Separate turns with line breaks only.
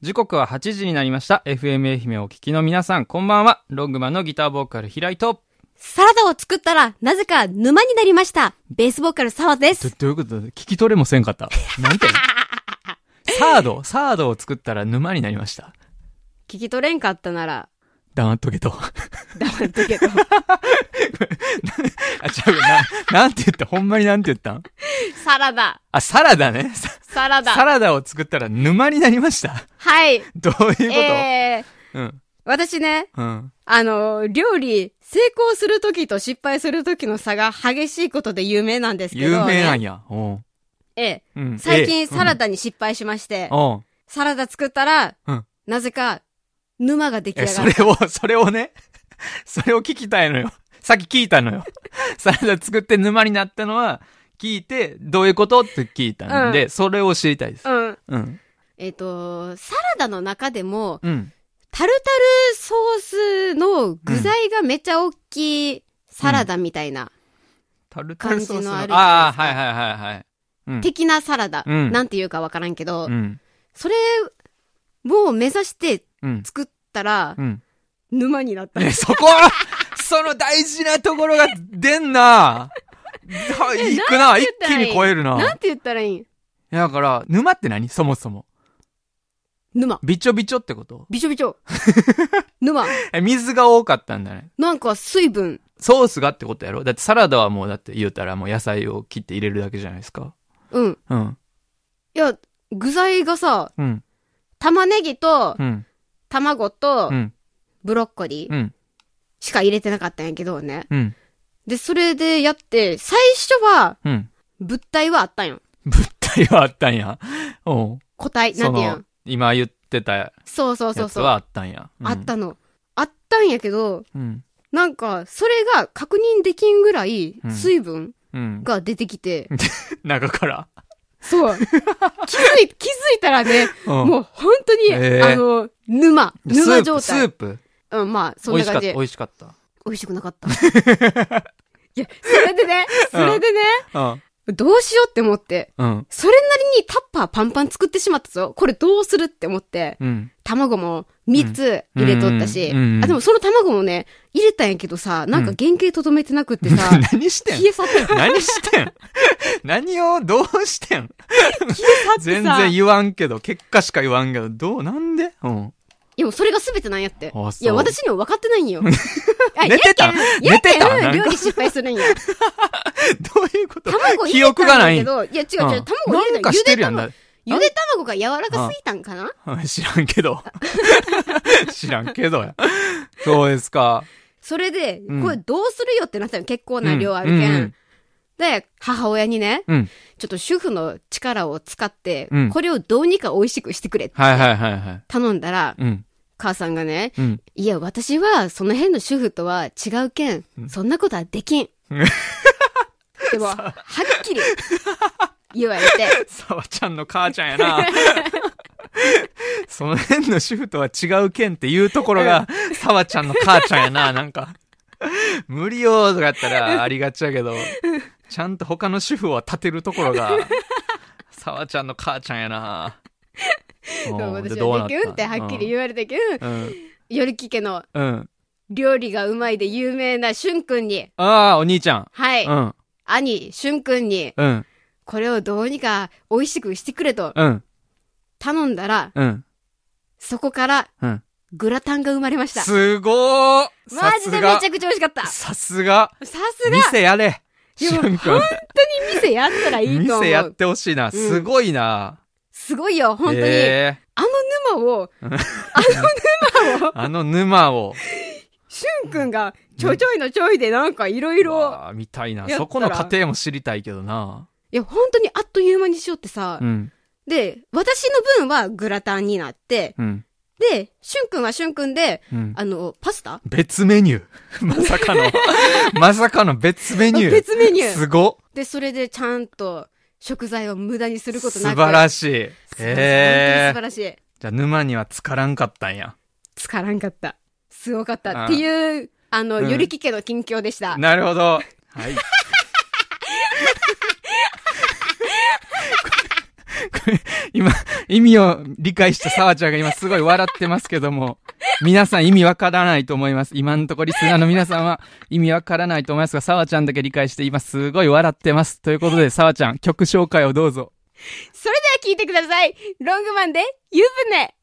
時刻は8時になりました。FM 愛媛をお聞きの皆さん、こんばんは。ロングマンのギターボーカル、平井と。
サラダを作ったら、なぜか沼になりました。ベースボーカル沢で
ど
す。
どういうこと聞き取れもせんかった。なん てサード、サードを作ったら沼になりました。
聞き取れんかったなら、
黙っとけと。
黙っとけど。
あ、違うよな。なんて言ったほんまになんて言ったん
サラダ、
あ、サラダね。さ
サラ
サ
ダ。
ラダを作ったら沼になりました。
はい。
どういうこと、
えー、
うん。
私ね、
うん。
あの、料理、成功するときと失敗するときの差が激しいことで有名なんですけど、ね。
有名なんや。おう
ええ。
うん。
最近サ
ダ。
ラダに失敗しまして、
うんおう
サラダ作ったら、
うん
なぜか、沼が出来
え、
上
そ
がる。
れを、 それをね、それを聞きたいのよ。さっき聞いたのよ。 サラダ作って沼になったのは、聞いて、どういうことって聞いたんで、
う
それを知りたいです。
うん。
うん。
えっ、と、サラダの中でも、
うん。
タルタルソースの具材がめちゃ大きいサラダみたいな、
タルタルソース
感じの
あ
あ
あ、
るじゃないですか
はいはいはいはい。うん。
的なサラダ、
うん
なんていうかわからんけど、
うん。
それを目指して
うん。
作ったら
う、ん。
沼にな った。
ね、そこその大事なところが出ん な行くな
言
一
った
気
らいい
に超えるな
なんて言ったらいいん
いやだから、沼って何そもそも。
沼。
びちょびちょってこと
びちょび ちょ。沼。
え、水が多かったんだね。
なんか水分。
ソースがってことやろだってサラダはもうだって言うたらもう野菜を切って入れるだけじゃないですか。
うん。
うん。
いや、具材がさ、
うん。
玉ねぎと
う、ん。
卵と
う、ん。
ブロッコリ
う
ー
ん。
しか入れてなかったんやけどね。
うん。
で、それでやって、最初は、
うん。
物体はあったんよ。
物体はあったんや。おう
個体、な
そ
んていうん
の、今言ってたや
そうそうそう
つ
そう。
はあったんや。うん
あっ。たの。あったんやけど、
うん。
なんか、それが確認できんぐらい
うん、
水分
うん。
が出てきて、
中から。
そう。気づい、気づいたらね、
も
もう本当に、
へえ
あの、沼、沼状
スー
態。
プ。
うん、まあ、そ
美
ん
味し
な
か
感
った。
じ
美。味しかった。
美味しくなかった。いや、それでね、それでね、
うん。
どうしようって思って、
うん。
それなりにタッパーパンパン作ってしまったぞ。これどうするって思って、
うん。
卵も3つ入れとったし、
うんうんうん
あ、でもその卵もね、入れたんやけどさ、なんか原型とどめてなくってさ、
何してん
消え去って、消
何してん 何をどうしてん
え去って
全
さ、
然言わんけど、結果しか言わんけど、どうなん でうん。
いやもうそれが全てなんやって
あ。そう
いや、私には分かってないんよ。 あ
寝てた
やけん
寝てた
やけん
なんか
料理失敗するんよ。
どういうこと
卵入
記
れ
憶が
た
なんい
やけ。ど、いや違う違う、卵入
な
れ
ん
た
か
ん
し
ゆ
て
で
るやんだ
卵、。ゆで卵が柔らかすぎたんかな
うん知らんけど。 知らんけどや。そうですか。
それで、
うん
これどうするよってなったの結構な量ある
うん
け
うんうんん。
で、母親にね、
うん。
ちょっと主婦の力を使って
うん、
これをどうにか美味しくしてくれって
はいはいはいはい。
頼んだら、
うん。
母さんがね、
うん。
いや、私はその辺の主婦とは違うけん、そんなことはで きん。でも、はっきり言われて、
沢ちゃんの母ちゃんやな。 その辺の主婦とは違う件っていうところが、沢ちゃんの母ちゃんやな、なんか。無理よとかやったらありがちやけど、ちゃんと他の主婦を立てるところが、沢ちゃんの母ちゃんやな。
そう
うん
私
でどう
は
な
できんってはっきり言われたけん、
たうん。
よりき家の
うん。
料理がうまいで有名なしゅんくんに、
ああ、お兄ちゃん。
はい、
うん。
兄、しゅんくんに、
うん。
これをどうにか美味しくしてくれと
うん。
頼んだら、
うん。
そこから
うん。
グラタンが生まれました。
すごー
マジでめちゃくちゃ美味しかった。
さ
さ
すがさすが
すが
店やれ
いや
しゅんくん
本店やったらいいと思
店やっ
う。
てほしいな。すごいな。
すごいよ、本当に。
え
あの沼を、
ーあの沼を。
しゅんくんがちょちょいのちょいでなんかいろいろ、
わあ見たいな。
やったら
そこの過程も知りたいけどな。
いや、本当にあっという間にしようってさ、
うん。
で、私の分はグラタンになって、
うん。
で、しゅんくんはしゅんくんで、
うん。
あの、パスタ
別メニュー。 まさ かの、まさかの別メニュー。
別メニュー
すご。
で、それでちゃんと食材を無駄にする
素
ことなく。
晴らしい。へえ
本当に素晴らしい。
じゃあ沼にはつからんかったんや。
つからんかった。すごかっ
ああ
た。っていう、あの、
うん
ゆりき家の近況でした。
なるほど。はい。 今、意味を理解した沢ちゃんが今すごい笑ってますけども、皆さん意味わからないと思います。今のところリスナーの皆さんは意味わからないと思いますが、沢ちゃんだけ理解して今すごい笑ってます。ということで、沢ちゃん、曲紹介をどうぞ。
それでは聞いてください。ロングマンで湯船。